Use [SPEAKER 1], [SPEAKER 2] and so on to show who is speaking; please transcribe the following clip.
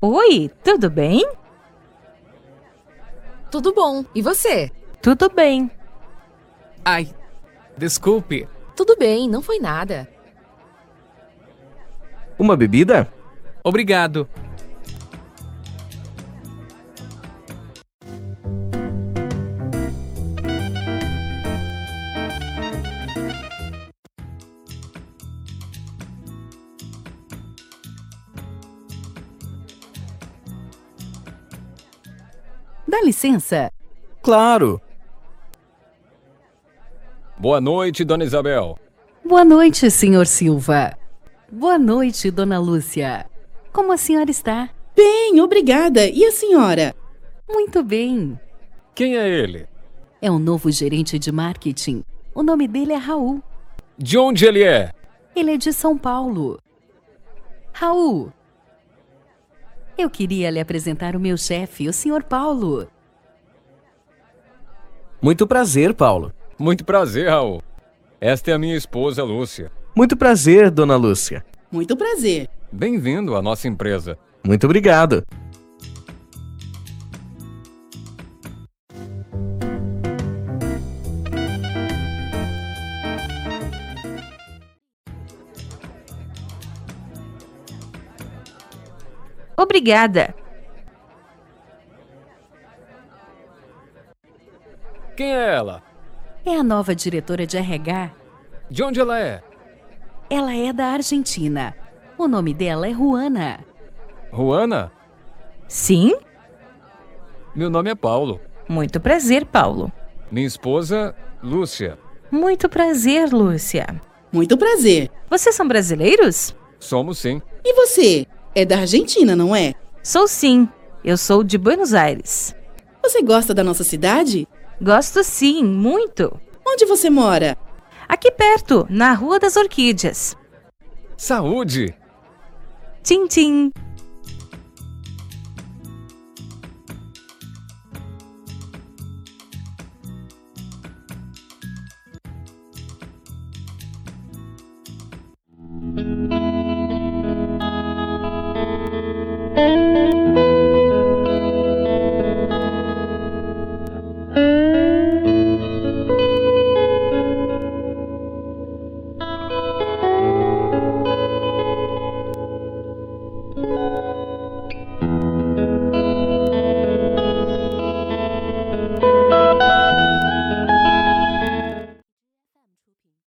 [SPEAKER 1] Oi, tudo bem?
[SPEAKER 2] Tudo bom. E você?
[SPEAKER 1] Tudo bem.
[SPEAKER 3] Ai, desculpe.
[SPEAKER 2] Tudo bem, não foi nada.
[SPEAKER 4] Uma bebida?
[SPEAKER 3] Obrigado.
[SPEAKER 2] Dá licença.
[SPEAKER 4] Claro!
[SPEAKER 5] Boa noite, dona Isabel.
[SPEAKER 2] Boa noite, senhor Silva. Boa noite, dona Lúcia. Como a senhora está?
[SPEAKER 6] Bem, obrigada. E a senhora?
[SPEAKER 2] Muito bem.
[SPEAKER 5] Quem é ele?
[SPEAKER 2] É o novo gerente de marketing. O nome dele é Raul.
[SPEAKER 5] De onde ele é?
[SPEAKER 2] Ele é de São Paulo. Raul, eu queria lhe apresentar o meu chefe, o senhor Paulo.
[SPEAKER 4] Muito prazer, Paulo.
[SPEAKER 5] Muito prazer, Raul. Esta é a minha esposa, Lúcia.
[SPEAKER 4] Muito prazer, dona Lúcia.
[SPEAKER 6] Muito prazer.
[SPEAKER 5] Bem-vindo à nossa empresa.
[SPEAKER 4] Muito obrigado.
[SPEAKER 1] Obrigada.
[SPEAKER 5] Quem é ela?
[SPEAKER 2] É a nova diretora de RH.
[SPEAKER 5] De onde ela é?
[SPEAKER 2] Ela é da Argentina. O nome dela é Juana.
[SPEAKER 5] Juana?
[SPEAKER 1] Sim?
[SPEAKER 5] Meu nome é Paulo.
[SPEAKER 1] Muito prazer, Paulo.
[SPEAKER 5] Minha esposa, Lúcia.
[SPEAKER 1] Muito prazer, Lúcia.
[SPEAKER 6] Muito prazer.
[SPEAKER 1] Vocês são brasileiros?
[SPEAKER 5] Somos sim.
[SPEAKER 6] E você? É da Argentina, não é?
[SPEAKER 1] Sou sim. Eu sou de Buenos Aires.
[SPEAKER 6] Você gosta da nossa cidade?
[SPEAKER 1] Gosto sim, muito.
[SPEAKER 6] Onde você mora?
[SPEAKER 1] Aqui perto, na Rua das Orquídeas.
[SPEAKER 5] Saúde!
[SPEAKER 1] Tchim, tchim.
[SPEAKER 7] Música